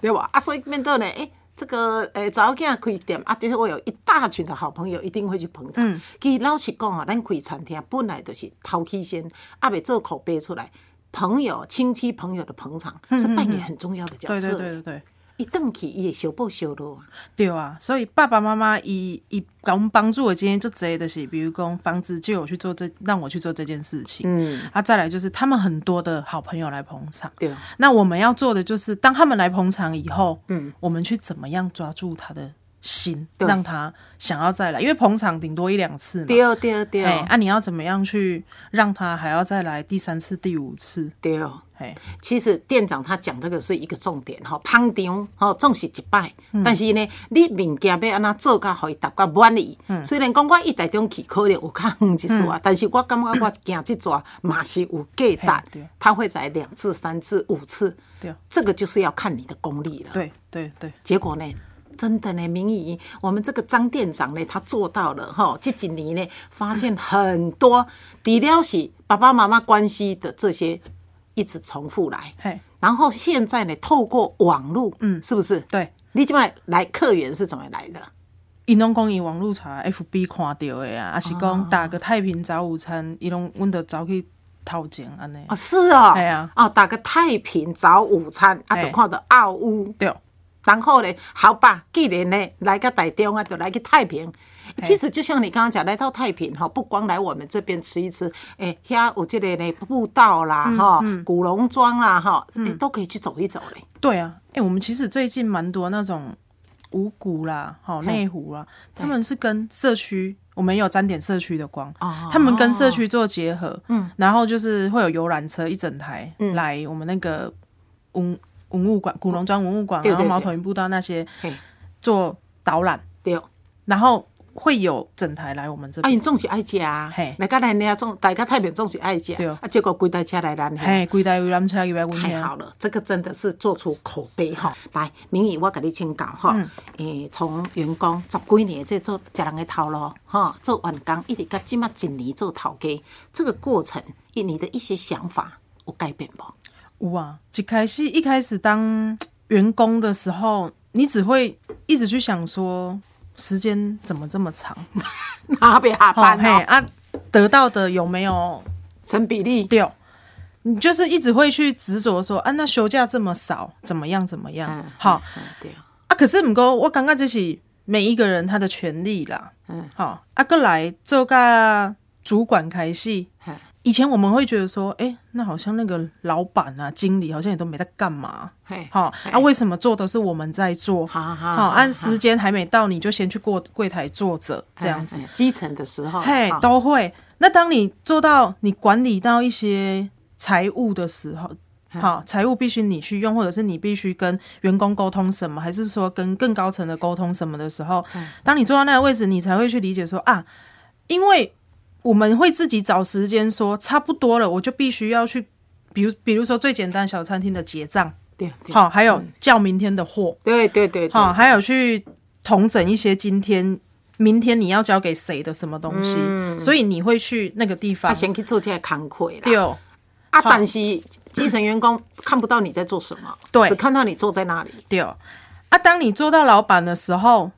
[SPEAKER 2] 对吧？啊，所以面对呢，诶，这个诶，早间开店啊，就是我有一大群的好朋友，一定会去捧场。
[SPEAKER 3] 嗯
[SPEAKER 2] 其实老实讲啊，咱开餐厅本来就是头起先，啊，未做口碑出来，朋友、亲戚、朋友的捧场是扮演很重要的角
[SPEAKER 3] 嗯对对
[SPEAKER 2] 色。
[SPEAKER 3] 对对对，
[SPEAKER 2] 伊转去伊会小报小落啊。
[SPEAKER 3] 对啊，所以爸爸妈妈以以给我们帮助的今天就直接的是，比如讲房子借我去做这，让我去做这件事情。
[SPEAKER 2] 嗯，
[SPEAKER 3] 啊，再来就是他们很多的好朋友来捧场。
[SPEAKER 2] 对，
[SPEAKER 3] 那我们要做的就是，当他们来捧场以后，
[SPEAKER 2] 嗯，
[SPEAKER 3] 我们去怎么样抓住他的心，
[SPEAKER 2] 对
[SPEAKER 3] 让他想要再来，因为捧场顶多一两次嘛。
[SPEAKER 2] 对对对
[SPEAKER 3] 哎，啊，你要怎么样去让他还要再来第三次、第五次？
[SPEAKER 2] 对。
[SPEAKER 3] 哎，
[SPEAKER 2] 其实店长他讲这个是一个重点吼，捧场吼总是一摆，
[SPEAKER 3] 嗯
[SPEAKER 2] 但是呢，你物件要安那做甲，互伊达到满意。
[SPEAKER 3] 嗯
[SPEAKER 2] 虽然讲我一台中去可能有较远一撮啊，但是我感觉我行即撮嘛是有价
[SPEAKER 3] 嘿对
[SPEAKER 2] 值，他会来两次、三次、五次，
[SPEAKER 3] 对
[SPEAKER 2] 这个就是要看你的功力了。
[SPEAKER 3] 对对对，
[SPEAKER 2] 结果呢，真的呢，明仪，我们这个张店长呢，他做到了哈。这几年呢，发现很多，除了是爸爸妈妈关系的这些，一直重复来。
[SPEAKER 3] 嘿，
[SPEAKER 2] 然后现在呢，透过网络，嗯，是不是？
[SPEAKER 3] 对，
[SPEAKER 2] 你这边来客源是怎么来的？
[SPEAKER 3] 伊拢讲伊网络查 FB 看到的
[SPEAKER 2] 哦
[SPEAKER 3] 啊，啊是讲打个太平早午餐，伊拢阮着走去头前安尼。
[SPEAKER 2] 哦，是哦，
[SPEAKER 3] 哎呀
[SPEAKER 2] 哦，打个太平找午餐，啊，
[SPEAKER 3] 哎
[SPEAKER 2] 就看到奥乌。
[SPEAKER 3] 对，
[SPEAKER 2] 然后呢，好吧，既然呢来个台中啊，就来个太平。其实就像你刚刚讲，来到太平哈，不光来我们这边吃一吃，诶、遐有这个呢步道啦，
[SPEAKER 3] 嗯
[SPEAKER 2] 哈、古龙庄啦，哈、你都可以去走一走嘞。
[SPEAKER 3] 对啊，哎、我们其实最近蛮多那种五谷啦、好
[SPEAKER 2] 嘿
[SPEAKER 3] 内湖啦，他们是跟社区，我们也有沾点社区的光，
[SPEAKER 2] 哦
[SPEAKER 3] 他们跟社区做结合，嗯，然后就是会有游览车一整台、
[SPEAKER 2] 嗯
[SPEAKER 3] 来我们那个文文物馆、古龙庄文物馆，
[SPEAKER 2] 对对
[SPEAKER 3] 然后
[SPEAKER 2] 对
[SPEAKER 3] 毛头云步道那些
[SPEAKER 2] 嘿，
[SPEAKER 3] 做导览，
[SPEAKER 2] 对，
[SPEAKER 3] 然后会有整台来我们这
[SPEAKER 2] 啊，
[SPEAKER 3] 边，
[SPEAKER 2] 因总是爱食啊
[SPEAKER 3] 嘿，
[SPEAKER 2] 来个咱遐总，大家太平总是爱食，
[SPEAKER 3] 对
[SPEAKER 2] 啊，结果规台车来咱遐。
[SPEAKER 3] 嘿，规台游览车入来阮
[SPEAKER 2] 太
[SPEAKER 3] 遐，
[SPEAKER 2] 好了，这个真的是做出口碑哈。来，明宇，我给你请教哈，
[SPEAKER 3] 嗯
[SPEAKER 2] 诶、从员工十几年在做一人的头路哈，做员工一直到即马一年做头家，这个过程，一你的一些想法有改变无？
[SPEAKER 3] 有啊，一开始一开始当员工的时候，你只会一直去想说时间怎么这么长，
[SPEAKER 2] 哪边下班
[SPEAKER 3] 嘿
[SPEAKER 2] 哦，
[SPEAKER 3] 啊，得到的有没有
[SPEAKER 2] 成比例，
[SPEAKER 3] 掉？你就是一直会去执着说啊，那休假这么少，怎么样怎么样？
[SPEAKER 2] 嗯，
[SPEAKER 3] 好
[SPEAKER 2] 嗯，对，
[SPEAKER 3] 啊，可是唔过我感觉这是每一个人他的权利啦。
[SPEAKER 2] 嗯，
[SPEAKER 3] 好啊，过来做个主管开始，
[SPEAKER 2] 嘿
[SPEAKER 3] 以前我们会觉得说，哎、那好像那个老板啊、经理好像也都没在干嘛，
[SPEAKER 2] 嘿
[SPEAKER 3] 好
[SPEAKER 2] 嘿
[SPEAKER 3] 啊，为什么做都是我们在做？
[SPEAKER 2] 好好好
[SPEAKER 3] 好，按
[SPEAKER 2] 好
[SPEAKER 3] 时间还没到，你就先去过柜台坐着，这样子，
[SPEAKER 2] 嗯，嗯基层的时候，哦
[SPEAKER 3] 嘿，
[SPEAKER 2] 哈
[SPEAKER 3] 都会。那当你做到你管理到一些财务的时候。好，财务必须你去用，或者是你必须跟员工沟通什么，还是说跟更高层的沟通什么的时候，当你坐到那个位置，你才会去理解说啊，因为我们会自己找时间说差不多了，我就必须要去，比如比如说最简单小餐厅的结账，
[SPEAKER 2] 对，对
[SPEAKER 3] 好，，还有叫明天的货，
[SPEAKER 2] 对对对，对
[SPEAKER 3] 好，还有去统整一些今天、明天你要交给谁的什么东西，所以你会去那个地
[SPEAKER 2] 啊，
[SPEAKER 3] 方。
[SPEAKER 2] 先去做这嗯些工课啦，
[SPEAKER 3] 对哦
[SPEAKER 2] 啊，但是基层员工看不到你在做什么，
[SPEAKER 3] 对
[SPEAKER 2] 只看到你坐在那里。
[SPEAKER 3] 对，啊，当你做到老板的时候，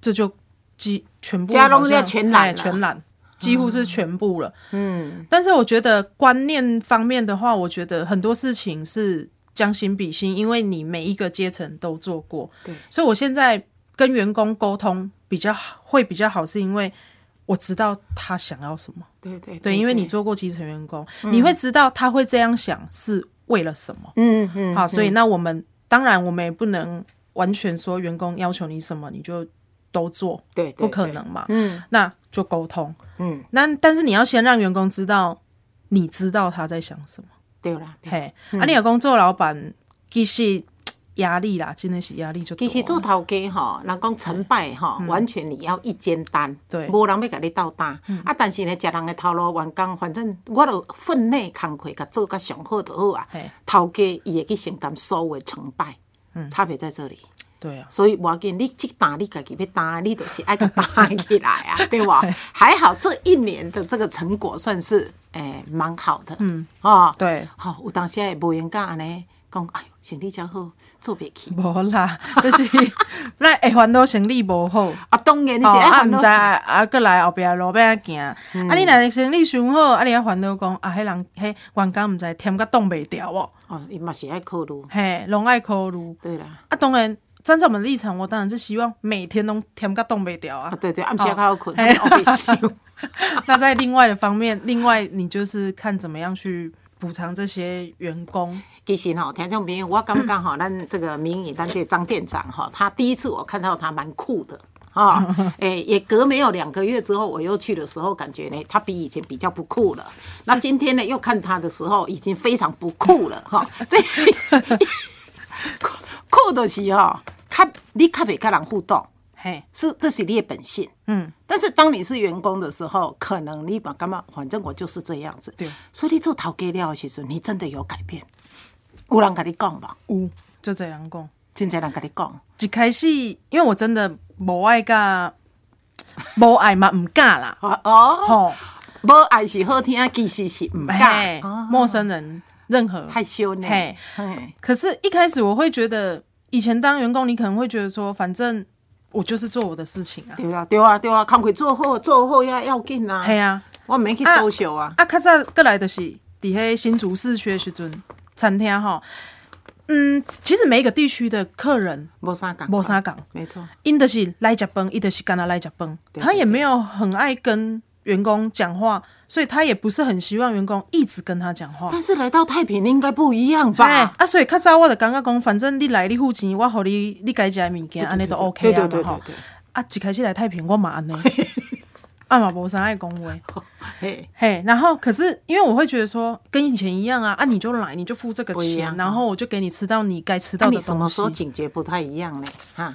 [SPEAKER 3] 这就几全部
[SPEAKER 2] 家拢
[SPEAKER 3] 好像
[SPEAKER 2] 要全揽
[SPEAKER 3] 哎
[SPEAKER 2] 了
[SPEAKER 3] 全揽。几乎是全部了，嗯，但是我觉得观念方面的话，我觉得很多事情是将心比心，因为你每一个阶层都做过，
[SPEAKER 2] 对
[SPEAKER 3] 所以我现在跟员工沟通比较好，会比较好，是因为我知道他想要什么，
[SPEAKER 2] 对对
[SPEAKER 3] 对，因为你做过基层员工，你会知道他会这样想是为了什么。
[SPEAKER 2] 嗯嗯
[SPEAKER 3] 好，所以那我们当然我们也不能完全说员工要求你什么你就都做，
[SPEAKER 2] 对对
[SPEAKER 3] 不可
[SPEAKER 2] 对
[SPEAKER 3] 能嘛。
[SPEAKER 2] 嗯，
[SPEAKER 3] 那就沟通。
[SPEAKER 2] 嗯，
[SPEAKER 3] 那但是你要先让员工知道，你知道他在想什么。
[SPEAKER 2] 对啦。对嗯
[SPEAKER 3] 嘿，啊，你有工作老板其实压力啦，真的是压力就啊
[SPEAKER 2] 其实
[SPEAKER 3] 大
[SPEAKER 2] 做头家吼，人讲成败吼，完全你要一肩担，
[SPEAKER 3] 嗯对嗯
[SPEAKER 2] 无人要甲你斗担。啊，但是呢，食人的头路，员工反正我著分内工课，甲做甲上好就好啊
[SPEAKER 3] 嘿。嗯
[SPEAKER 2] 头家伊会去承担所有的成败，差别在这里。
[SPEAKER 3] 对啊，
[SPEAKER 2] 所以无要紧，你即打你家己要打，你就是爱个打起来 啊，对吧？还好这一年的这个成果算是诶蛮、好的，嗯，哦，
[SPEAKER 3] 对
[SPEAKER 2] 好、有当时也无闲干安尼讲，哎呦，生理真好，做袂起。
[SPEAKER 3] 无啦，就是咱会烦恼生理无好。
[SPEAKER 2] 啊，当当然你是
[SPEAKER 3] 哦，
[SPEAKER 2] 爱
[SPEAKER 3] 啊，
[SPEAKER 2] 烦
[SPEAKER 3] 毋
[SPEAKER 2] 恼
[SPEAKER 3] 知。啊，啊，过来后壁路边行，啊，
[SPEAKER 2] 嗯
[SPEAKER 3] 你若生理上好，啊，你啊烦恼讲，啊，迄人迄员工毋知添甲冻袂调哦，
[SPEAKER 2] 哦，伊嘛是爱考虑。
[SPEAKER 3] 嘿，拢爱考虑。
[SPEAKER 2] 对啦，
[SPEAKER 3] 啊，当然，站在我们的立场，我当然是希望每天拢添甲冻袂调啊哦
[SPEAKER 2] 啊。对对，暗时较好困，
[SPEAKER 3] 嘿
[SPEAKER 2] 我 袂笑。
[SPEAKER 3] 那在另外的方面，另外你就是看怎么样去补偿这些员工。
[SPEAKER 2] 其实哈，听众朋友，我感觉哈，咱这个民营，咱这个张店长哈，他第一次我看到他蛮酷的哈，诶、也隔没有两个月之后，我又去的时候，感觉呢，他比以前比较不酷了。那今天呢，又看他的时候，已经非常不酷了哈。这 酷酷的是哈，较你较袂跟人互动，
[SPEAKER 3] 嘿，
[SPEAKER 2] 是这是你的本性。
[SPEAKER 3] 嗯，
[SPEAKER 2] 但是当你是员工的时候，可能你把干嘛，反正我就是这样子。
[SPEAKER 3] 对，
[SPEAKER 2] 所以你做头家了的时候，你真的有改变。有人跟你讲吧，
[SPEAKER 3] 有就这样讲。
[SPEAKER 2] 真侪人跟你讲，
[SPEAKER 3] 一开始，因为我真的无爱甲，无爱嘛，毋敢啦。
[SPEAKER 2] 哦哦，
[SPEAKER 3] 吼，
[SPEAKER 2] 无爱是好听，啊其实是唔
[SPEAKER 3] 嘿
[SPEAKER 2] 敢，哦
[SPEAKER 3] 陌生人任何
[SPEAKER 2] 害羞呢。
[SPEAKER 3] 嘿
[SPEAKER 2] 嘿，
[SPEAKER 3] 可是，一开始我会觉得，以前当员工，你可能会觉得说，反正我就是做我的事情啊，
[SPEAKER 2] 对啊，对啊，对啊，工课做好，做好要要紧啊。
[SPEAKER 3] 嘿啊，
[SPEAKER 2] 我免去 social 啊。
[SPEAKER 3] 啊，较早过来的是伫迄新竹市区的时阵，餐厅吼，嗯，其实每一个地区的客人
[SPEAKER 2] 无啥讲，
[SPEAKER 3] 无啥讲，
[SPEAKER 2] 没错，
[SPEAKER 3] 因的是来食饭，伊的是干那来食饭，
[SPEAKER 2] 对
[SPEAKER 3] 他也没有很爱跟员工讲话，所以他也不是很希望员工一直跟他讲话。
[SPEAKER 2] 但是来到太平应该不一样
[SPEAKER 3] 哎
[SPEAKER 2] 吧？
[SPEAKER 3] 啊，所以较早我就感觉讲，反正你来你付钱，我互你你该食的物件，安尼都 OK
[SPEAKER 2] 对
[SPEAKER 3] 啊
[SPEAKER 2] 对对
[SPEAKER 3] 嘛吼
[SPEAKER 2] 对对。
[SPEAKER 3] 啊，一开始来太平我嘛安尼， 啊嘛无啥爱讲话。
[SPEAKER 2] 嘿，
[SPEAKER 3] 嘿，然后可是因为我会觉得说，跟以前一样啊，啊你就来，你就付这个
[SPEAKER 2] 不一
[SPEAKER 3] 钱
[SPEAKER 2] 样，
[SPEAKER 3] 然后我就给你吃到你该吃
[SPEAKER 2] 那
[SPEAKER 3] 到的
[SPEAKER 2] 啊你
[SPEAKER 3] 东西。
[SPEAKER 2] 什么时候警觉不太一样呢？哈，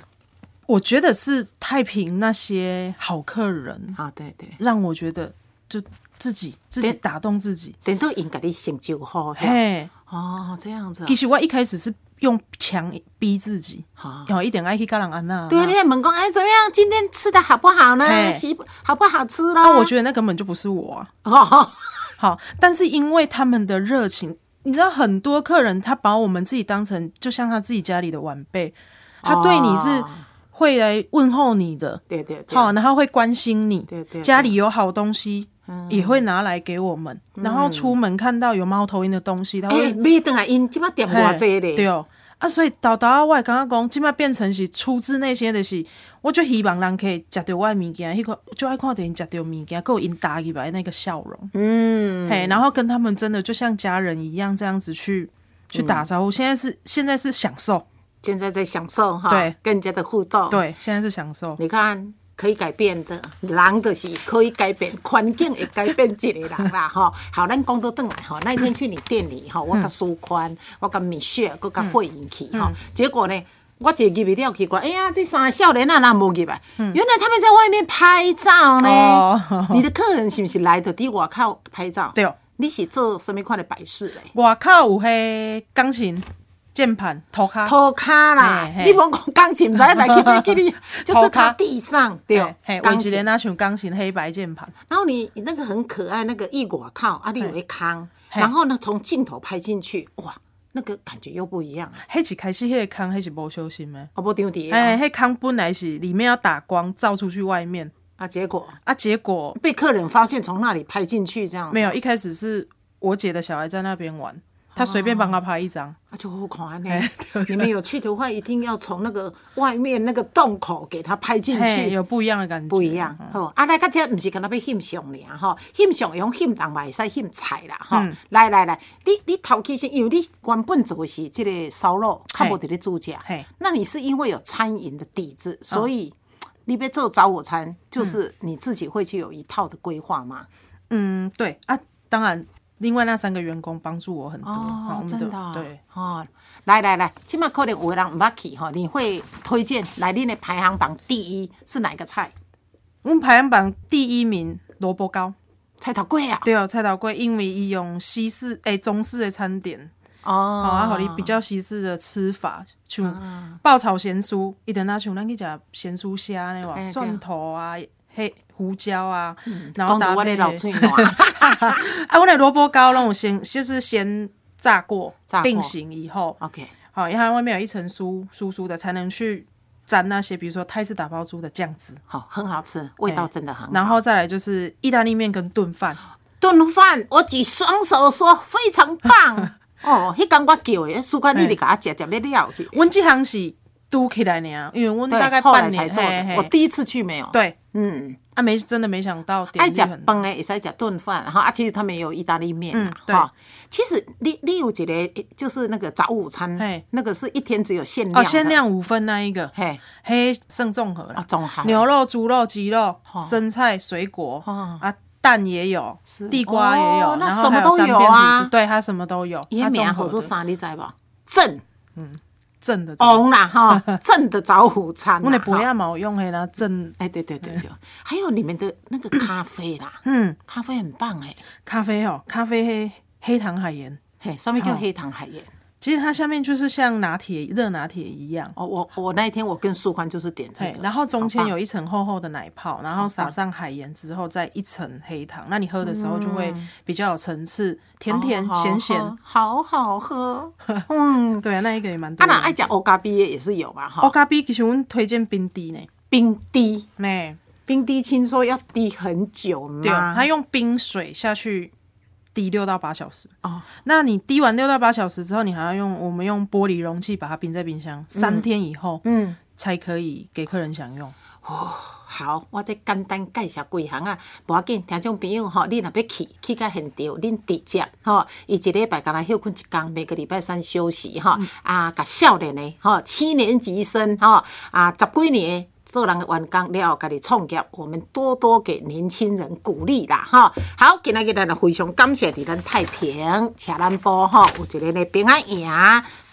[SPEAKER 3] 我觉得是太平那些好客人，
[SPEAKER 2] 啊，对对。
[SPEAKER 3] 让我觉得就自己自己
[SPEAKER 2] 对
[SPEAKER 3] 打动自己。
[SPEAKER 2] 等到应该你成就好，嘿，
[SPEAKER 3] 嘿，
[SPEAKER 2] 哦，这样子啊
[SPEAKER 3] 其，实我一开始是用强逼自己，
[SPEAKER 2] 好
[SPEAKER 3] 然后一点爱去跟人安娜。
[SPEAKER 2] 对，你在问讲，哎，怎么样？今天吃的好不好呢？
[SPEAKER 3] 嘿
[SPEAKER 2] 喜不好不好吃啦？
[SPEAKER 3] 那我觉得那根本就不是我啊。
[SPEAKER 2] 得，哦，
[SPEAKER 3] 好，但是因为他们的热情，你知道很多客人他把我们自己当成就像他自己家里的晚辈，他对你是
[SPEAKER 2] 哦
[SPEAKER 3] 会来问候你的，
[SPEAKER 2] 对对对，
[SPEAKER 3] 好，然后会关心你，
[SPEAKER 2] 对嗯对
[SPEAKER 3] 家里有好东西。也会拿来给我们，
[SPEAKER 2] 嗯
[SPEAKER 3] 然后出门看到有猫头鹰的东西，他
[SPEAKER 2] 哎，
[SPEAKER 3] 会
[SPEAKER 2] 买等来因即马点偌济
[SPEAKER 3] 嘿对
[SPEAKER 2] 咧，
[SPEAKER 3] 哦，啊，所以到到我刚刚讲，即摆变成是出自那些的是，我就希望人可以食到我的物件，迄个就爱看到因食到物件，还有因打起来那个笑容，嗯，嘿，然后跟他们真的就像家人一样这样子
[SPEAKER 2] 嗯
[SPEAKER 3] 去去打招呼。现在是现在是享受，
[SPEAKER 2] 现在在享受哈，
[SPEAKER 3] 对
[SPEAKER 2] 跟人家的互动，，
[SPEAKER 3] 对，现在是享受，
[SPEAKER 2] 你看。可以改变的人，就是可以改变环境，会改变一个人啦， 吼。好，咱讲到转来吼，那一天去你店里
[SPEAKER 3] 嗯
[SPEAKER 2] 吼，我甲苏宽，我甲米雪，佮甲慧英去
[SPEAKER 3] 嗯
[SPEAKER 2] 吼，结果呢，我一入去了去看，哎呀，这三个少年啊，哪无入来？原来他们在外面拍照呢。
[SPEAKER 3] 嗯哦
[SPEAKER 2] 你的客人是不是来的伫外口拍照？
[SPEAKER 3] 对哦
[SPEAKER 2] 你是做什么款的摆饰嘞？
[SPEAKER 3] 外口有迄钢琴、键盘、涂骹，
[SPEAKER 2] 涂骹啦
[SPEAKER 3] 啊嘿，嘿
[SPEAKER 2] 你甭讲钢琴， 来来去来去你，就是
[SPEAKER 3] 涂
[SPEAKER 2] 他
[SPEAKER 3] 骹
[SPEAKER 2] 地上对哦
[SPEAKER 3] 嘿，嘿，
[SPEAKER 2] 钢
[SPEAKER 3] 文吉
[SPEAKER 2] 琴
[SPEAKER 3] 莲。那像钢琴黑白键盘，
[SPEAKER 2] 然后你你那个很可爱，那个一我靠，啊，你有一康，
[SPEAKER 3] 嘿
[SPEAKER 2] 然后呢从镜头拍进去，哇，那个感觉又不一样啊！
[SPEAKER 3] 迄一开始迄个空迄是无小心的。
[SPEAKER 2] 我不丢底
[SPEAKER 3] 哎、
[SPEAKER 2] 啊，
[SPEAKER 3] 迄康本来是里面要打光照出去外面
[SPEAKER 2] 啊，结果
[SPEAKER 3] 啊，结果
[SPEAKER 2] 被客人发现从那里拍进哦去这样，哦
[SPEAKER 3] 没有。一开始是我姐的小孩在那边玩，她随便帮他拍一张，
[SPEAKER 2] 啊，就好可爱呢。 你们有去的话，一定要从那个外面那个洞口给他拍进
[SPEAKER 3] 嘿，
[SPEAKER 2] 去，
[SPEAKER 3] 有不一样的感觉，
[SPEAKER 2] 不一样。吼、
[SPEAKER 3] 嗯
[SPEAKER 2] 啊，来到这毋是敢若要翕相尔吼，翕相用翕人嘛会使翕菜啦吼、
[SPEAKER 3] 嗯
[SPEAKER 2] 来来来，你你头起先，因为你原本做的是即个烧肉，较无伫咧煮食
[SPEAKER 3] 嘿，哦
[SPEAKER 2] 那你是因为有餐饮的底子，所以。你别做早午餐，就是你自己会去有一套的规划嘛。
[SPEAKER 3] 嗯，对啊，当然，另外那三个员工帮助我很多，好
[SPEAKER 2] 哦
[SPEAKER 3] 我，们
[SPEAKER 2] 真的、哦，
[SPEAKER 3] 对，
[SPEAKER 2] 哦，来来来，起码可能有的人唔捌去吼，你会推荐来恁的排行榜第一是哪一个菜？
[SPEAKER 3] 我们排行榜第一名萝卜糕，
[SPEAKER 2] 菜头粿啊？
[SPEAKER 3] 对哦，菜头粿，因为伊用西式诶、中式的餐点，
[SPEAKER 2] 哦，啊
[SPEAKER 3] 哦，啊，互你比较西式的吃法，像爆炒咸酥，伊等下像咱去食咸酥虾那哇，
[SPEAKER 2] 对嗯
[SPEAKER 3] 蒜头啊、黑胡椒啊，然后
[SPEAKER 2] 讲
[SPEAKER 3] 搭
[SPEAKER 2] 到我
[SPEAKER 3] 配
[SPEAKER 2] 的老 嘴暖。
[SPEAKER 3] 啊，我的萝卜糕让我先就是先炸过
[SPEAKER 2] 炸过
[SPEAKER 3] 定型以后，
[SPEAKER 2] OK，
[SPEAKER 3] 好，因为它外面有一层酥酥酥的，才能去沾那些，比如说泰式打包猪的酱汁，
[SPEAKER 2] 好，很好吃，味道真的很好。
[SPEAKER 3] 然后再来就是意大利面跟炖饭，
[SPEAKER 2] 炖饭，我举双手说非常 棒。哦，迄间我叫的，苏干你
[SPEAKER 3] 嘿
[SPEAKER 2] 得甲我食食要了去。
[SPEAKER 3] 温这行是嘟起来呢，因为温
[SPEAKER 2] 对
[SPEAKER 3] 大概
[SPEAKER 2] 后来
[SPEAKER 3] 半年
[SPEAKER 2] 才做
[SPEAKER 3] 嘿
[SPEAKER 2] 的，
[SPEAKER 3] 嘿
[SPEAKER 2] 我第一次去没有。，
[SPEAKER 3] 对
[SPEAKER 2] 嗯，
[SPEAKER 3] 啊没真的没想到
[SPEAKER 2] 爱
[SPEAKER 3] 点
[SPEAKER 2] 食
[SPEAKER 3] 击很
[SPEAKER 2] 饭的，也是爱食炖饭，然后啊，其实他们也有意大利面嘛
[SPEAKER 3] 嗯，对
[SPEAKER 2] 哈。其实你你有一个诶就是那个早午餐
[SPEAKER 3] 嘿，
[SPEAKER 2] 那个是一天只有限量
[SPEAKER 3] 哦
[SPEAKER 2] 的，
[SPEAKER 3] 限量五份那一个，
[SPEAKER 2] 嘿，
[SPEAKER 3] 嘿剩综合了
[SPEAKER 2] 啊，综合
[SPEAKER 3] 牛肉、猪肉、鸡肉、生菜、水果
[SPEAKER 2] 哦
[SPEAKER 3] 啊。蛋也有
[SPEAKER 2] 是，
[SPEAKER 3] 地瓜也有
[SPEAKER 2] 哦，那
[SPEAKER 3] 然后
[SPEAKER 2] 什么
[SPEAKER 3] 还有
[SPEAKER 2] 都
[SPEAKER 3] 三
[SPEAKER 2] 有
[SPEAKER 3] 片吐司
[SPEAKER 2] 啊
[SPEAKER 3] 对，它什么都有。
[SPEAKER 2] 伊
[SPEAKER 3] 它
[SPEAKER 2] 名
[SPEAKER 3] 综合
[SPEAKER 2] 叫做
[SPEAKER 3] 的
[SPEAKER 2] 啥，你知无？正
[SPEAKER 3] 正
[SPEAKER 2] 哦
[SPEAKER 3] 的早餐
[SPEAKER 2] 王啦 哈，正的早午餐啦。啊
[SPEAKER 3] 我那不
[SPEAKER 2] 哈
[SPEAKER 3] 要毛用嘿啦，正
[SPEAKER 2] 哎，对对对对，还有你们的那个咖啡啦，
[SPEAKER 3] 嗯，
[SPEAKER 2] 咖啡很棒哎、
[SPEAKER 3] 咖啡哦，咖啡黑黑糖海盐，
[SPEAKER 2] 嘿，上面叫
[SPEAKER 3] 哦
[SPEAKER 2] 黑糖海盐。
[SPEAKER 3] 其实它下面就是像拿铁热拿铁一样，
[SPEAKER 2] 哦，我我那一天我跟素宽就是点这
[SPEAKER 3] 对，
[SPEAKER 2] 个，
[SPEAKER 3] 然后中间
[SPEAKER 2] 好棒
[SPEAKER 3] 有一层厚厚的奶泡，然后撒上海盐之后，再一层黑糖，那你喝的时候就会比较有层次，甜甜
[SPEAKER 2] 嗯哦
[SPEAKER 3] 咸咸。
[SPEAKER 2] 好好喝。好好喝嗯，
[SPEAKER 3] 对啊，哦那一个也蛮
[SPEAKER 2] 啊
[SPEAKER 3] 多的。
[SPEAKER 2] 那哦爱讲欧咖啡也是有嘛
[SPEAKER 3] 欧
[SPEAKER 2] 哈，
[SPEAKER 3] 咖啡其实我们推荐冰滴呢，
[SPEAKER 2] 冰滴，
[SPEAKER 3] 呢，
[SPEAKER 2] 冰滴听说要滴很久
[SPEAKER 3] 对啊，
[SPEAKER 2] 嘛
[SPEAKER 3] 它，用冰水下去滴六到八小时。
[SPEAKER 2] 哦，
[SPEAKER 3] 那你滴完六到八小时之后，你还要用我们用玻璃容器把它冰在冰箱，三天以后，
[SPEAKER 2] 嗯，
[SPEAKER 3] 才可以给客人享用。
[SPEAKER 2] 好，我再简单介绍几项啊，无要紧，听众朋友吼，你若要去，去到现场，恁直接吼，伊一礼拜干那休困一工，每个礼拜三休息吼，啊，甲少年的吼，七年级生吼，啊，十几年的做人的员工了后，家己创业，我们多多给年轻人鼓励啦吼。好，今仔日咱也非常感谢伫咱太平车南埔吼，有一个呢平安夜。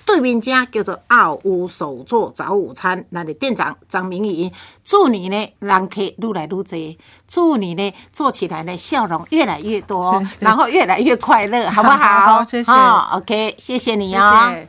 [SPEAKER 2] 对面家叫做奥屋手作早午餐，咱的店长张明仪，祝你呢人客愈来愈多，祝你呢做起来呢笑容越来越多，
[SPEAKER 3] 谢谢
[SPEAKER 2] 然后越来越快乐，好不好？
[SPEAKER 3] 好好谢谢
[SPEAKER 2] 哦 OK，谢谢你哦。
[SPEAKER 3] 谢谢